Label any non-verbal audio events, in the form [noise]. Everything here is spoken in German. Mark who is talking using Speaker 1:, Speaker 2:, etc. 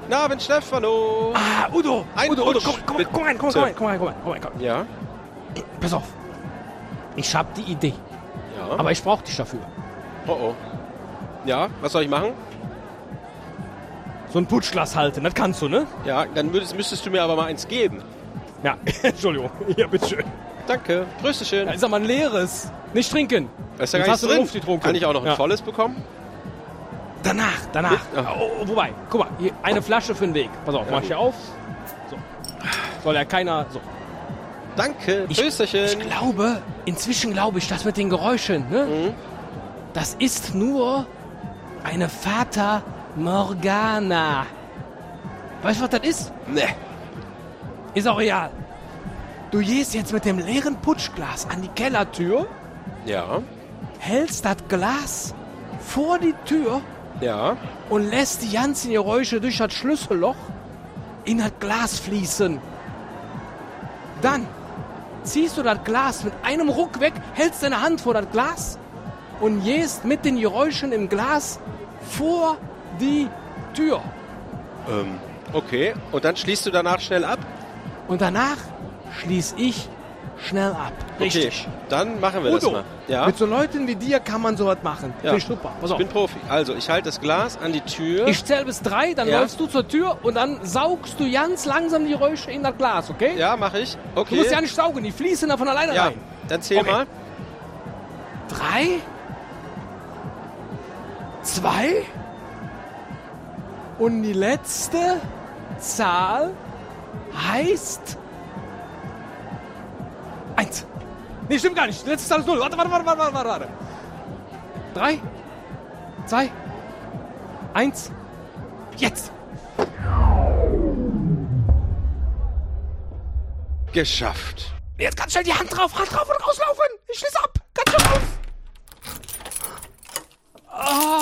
Speaker 1: Guten Abend, Stefano.
Speaker 2: Ah, Udo!
Speaker 1: Ein
Speaker 2: Udo, Udo,
Speaker 1: Rutsch,
Speaker 2: komm, komm, komm rein, komm
Speaker 1: bitte.
Speaker 2: rein, komm rein, komm rein, komm rein, komm rein.
Speaker 1: Ja,
Speaker 2: Pass auf. Ich hab die Idee,
Speaker 1: ja.
Speaker 2: aber ich brauch dich dafür.
Speaker 1: oh oh. Ja, was soll ich machen?
Speaker 2: So ein Putschglas halten, das kannst du, ne?
Speaker 1: Ja, dann würdest, müsstest du mir aber mal eins geben.
Speaker 2: Ja, [laughs] Entschuldigung. Ja, bitteschön.
Speaker 1: Danke. Grüße schön.
Speaker 2: Da ist aber ein leeres. Nicht trinken.
Speaker 1: Da
Speaker 2: Jetzt hast du
Speaker 1: drin.
Speaker 2: Luft getrunken.
Speaker 1: Kann ich auch noch ein
Speaker 2: Ja.
Speaker 1: volles bekommen?
Speaker 2: Danach, danach.
Speaker 1: Ja.
Speaker 2: Oh, oh, wobei, guck mal, hier eine Flasche für den Weg. Pass auf,
Speaker 1: Ja,
Speaker 2: mach
Speaker 1: gut.
Speaker 2: hier auf. So. Soll ja keiner. So.
Speaker 1: Danke.
Speaker 2: Ich- Ich
Speaker 1: Grüßechen.
Speaker 2: glaube, inzwischen glaube ich, das mit den Geräuschen, ne? Das ist nur eine Fata Morgana. Weißt du, was das ist?
Speaker 1: Ne.
Speaker 2: Ist auch real. Du gehst jetzt mit dem leeren Putschglas an die Kellertür,
Speaker 1: Ja,
Speaker 2: hältst das Glas vor die Tür
Speaker 1: ja.
Speaker 2: und lässt die ganzen Geräusche durch das Schlüsselloch in das Glas fließen. Dann ziehst du das Glas mit einem Ruck weg, hältst deine Hand vor das Glas und gehst mit den Geräuschen im Glas vor die Tür.
Speaker 1: Ähm, okay. Und dann schließt du danach schnell ab?
Speaker 2: Und danach schließ ich schnell ab. Richtig.
Speaker 1: Okay. Dann machen wir das
Speaker 2: Udo,
Speaker 1: mal. Ja.
Speaker 2: mit so Leuten wie dir kann man sowas machen.
Speaker 1: Ja.
Speaker 2: Finde ich super. Pass
Speaker 1: Ich
Speaker 2: auf.
Speaker 1: bin Profi. Also, ich halte das Glas an die Tür.
Speaker 2: Ich zähle bis drei, dann
Speaker 1: Ja.
Speaker 2: läufst du zur Tür und dann saugst du ganz langsam die Geräusche in das Glas, okay?
Speaker 1: ja, mache ich. Okay.
Speaker 2: Du musst ja nicht saugen, die fließen da von alleine
Speaker 1: Ja,
Speaker 2: rein.
Speaker 1: dann zähl
Speaker 2: Okay.
Speaker 1: mal.
Speaker 2: Drei, zwei und die letzte Zahl heißt eins. Nee, stimmt gar nicht. Die letzte Zahl ist null. Warte, warte, warte, warte, warte, warte, warte. Drei, zwei, eins. Jetzt.
Speaker 1: Geschafft.
Speaker 2: Jetzt ganz schnell die Hand drauf, Hand drauf und rauslaufen. Ich schließe ab. Ganz schnell raus. Ah,